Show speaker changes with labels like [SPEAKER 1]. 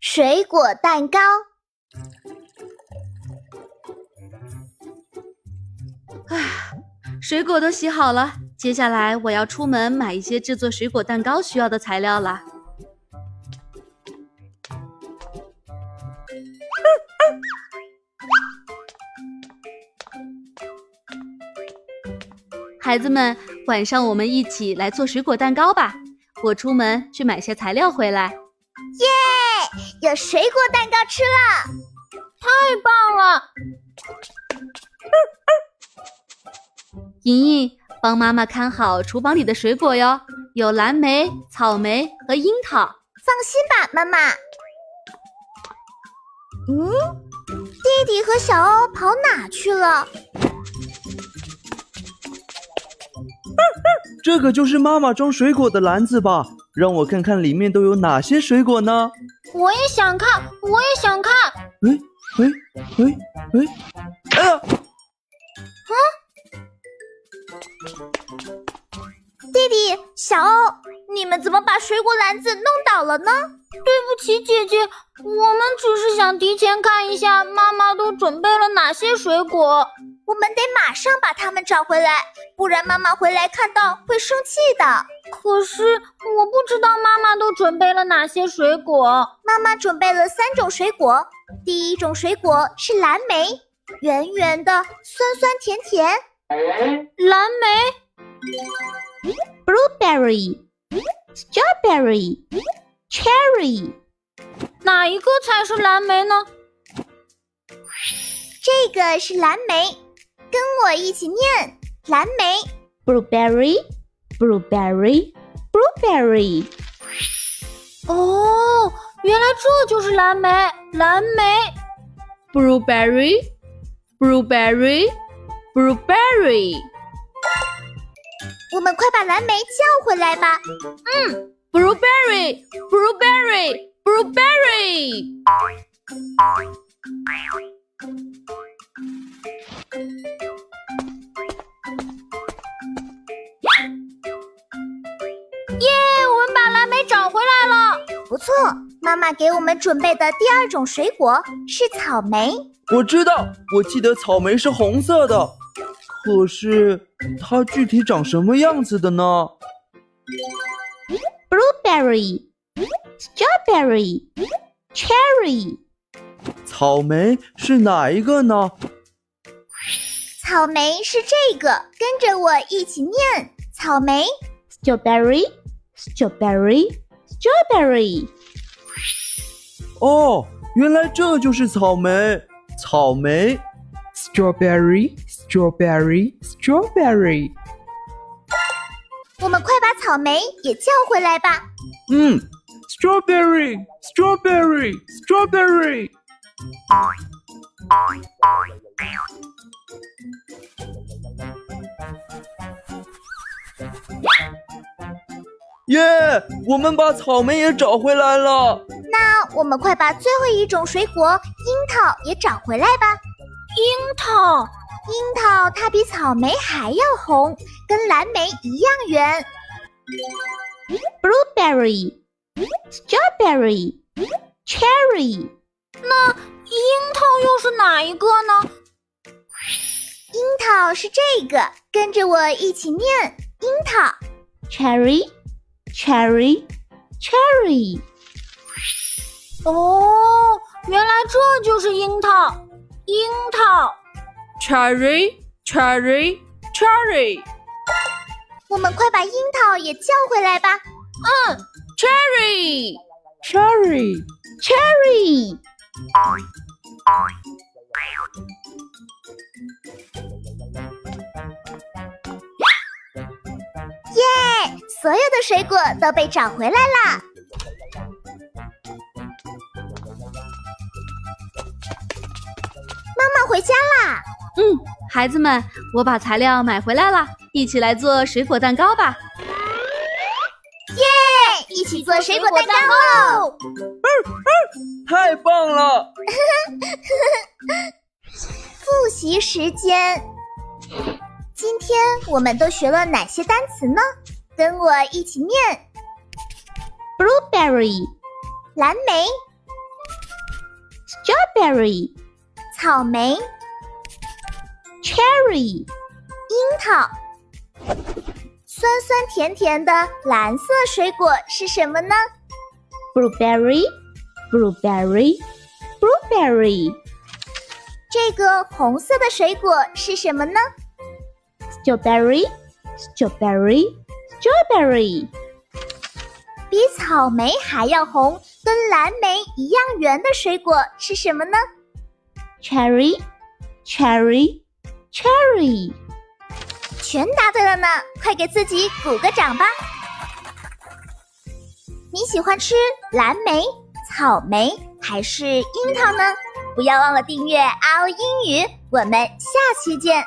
[SPEAKER 1] 水果蛋糕。
[SPEAKER 2] 啊，水果都洗好了，接下来我要出门买一些制作水果蛋糕需要的材料了。孩子们，晚上我们一起来做水果蛋糕吧！我出门去买些材料回来。
[SPEAKER 1] 耶！有水果蛋糕吃了，
[SPEAKER 3] 太棒了！
[SPEAKER 2] 莹莹，帮妈妈看好厨房里的水果哟，有蓝莓、草莓和樱桃。
[SPEAKER 1] 放心吧，妈妈。嗯，弟弟和小欧跑哪去了？
[SPEAKER 4] 这个就是妈妈装水果的篮子吧？让我看看里面都有哪些水果呢？
[SPEAKER 3] 我也想看，我也想看。
[SPEAKER 4] 喂喂喂喂！哎呀！啊！
[SPEAKER 1] 弟弟，小欧，你们怎么把水果篮子弄倒了呢？
[SPEAKER 3] 对不起，姐姐，我们只是想提前看一下妈妈都准备了哪些水果。
[SPEAKER 1] 我们得马上把它们找回来，不然妈妈回来看到会生气的。
[SPEAKER 3] 可是我不知道妈妈都准备了哪些水果。
[SPEAKER 1] 妈妈准备了三种水果，第一种水果是蓝莓，圆圆的，酸酸甜甜。
[SPEAKER 3] 蓝
[SPEAKER 5] 莓，blueberry、strawberry、cherry，
[SPEAKER 3] 哪一个才是蓝莓呢？
[SPEAKER 1] 这个是蓝莓。跟我一起念蓝莓
[SPEAKER 5] ，blueberry blueberry blueberry。
[SPEAKER 3] 哦，原来这就是蓝莓，蓝莓
[SPEAKER 5] ，blueberry blueberry blueberry。
[SPEAKER 1] 我们快把蓝莓叫回来吧。
[SPEAKER 5] 嗯，blueberry blueberry blueberry。
[SPEAKER 1] 不错，妈妈给我们准备的第二种水果是草莓。
[SPEAKER 4] 我知道，我记得草莓是红色的，可是它具体长什么样子的呢
[SPEAKER 5] ？Blueberry, strawberry, cherry。
[SPEAKER 4] 草莓是哪一个呢？
[SPEAKER 1] 草莓是这个，跟着我一起念：草莓
[SPEAKER 5] ，strawberry, strawberry。Strawberry。
[SPEAKER 4] 哦，原来这就是草莓，草莓。
[SPEAKER 6] Strawberry，strawberry，strawberry。
[SPEAKER 1] 我们快把草莓也叫回来吧。
[SPEAKER 4] 嗯
[SPEAKER 6] ，Strawberry，strawberry，strawberry。
[SPEAKER 4] 耶！Yeah, 我们把草莓也找回来了。
[SPEAKER 1] 那我们快把最后一种水果樱桃也找回来吧。
[SPEAKER 3] 樱桃，
[SPEAKER 1] 樱桃它比草莓还要红，跟蓝莓一样圆。
[SPEAKER 5] Blueberry, strawberry, cherry。
[SPEAKER 3] 那樱桃又是哪一个呢？
[SPEAKER 1] 樱桃是这个，跟着我一起念：樱桃
[SPEAKER 5] ，cherry。Cherry, cherry。
[SPEAKER 3] 哦，原来这就是樱桃，樱桃。
[SPEAKER 6] Cherry, cherry, cherry。
[SPEAKER 1] 我们快把樱桃也叫回来吧。
[SPEAKER 3] 嗯
[SPEAKER 6] ，Cherry,
[SPEAKER 5] cherry, cherry。
[SPEAKER 1] 耶！哎所有的水果都被找回来啦！妈妈回家啦！
[SPEAKER 2] 嗯，孩子们，我把材料买回来了，一起来做水果蛋糕吧！
[SPEAKER 1] 耶！哎一起做水果蛋糕喽！
[SPEAKER 4] 太棒了！
[SPEAKER 1] 复习时间。今天我们都学了哪些单词呢？跟我一起念
[SPEAKER 5] ：blueberry，
[SPEAKER 1] 蓝莓
[SPEAKER 5] strawberry,
[SPEAKER 1] 草莓、
[SPEAKER 5] cherry,
[SPEAKER 1] 樱桃。酸酸甜甜的蓝色水果是什么呢？
[SPEAKER 5] blueberry, blueberry, blueberry,
[SPEAKER 1] 这个红色的水果是什么呢？
[SPEAKER 5] strawberry, strawberry, strawberry,
[SPEAKER 1] 比草莓还要红，跟蓝莓一样圆的水果是什么呢？
[SPEAKER 5] cherry, cherry, cherry.
[SPEAKER 1] 全答对了呢！快给自己鼓个掌吧！你喜欢吃蓝莓、草莓还是樱桃呢？不要忘了订阅《嗷英语》，我们下期见。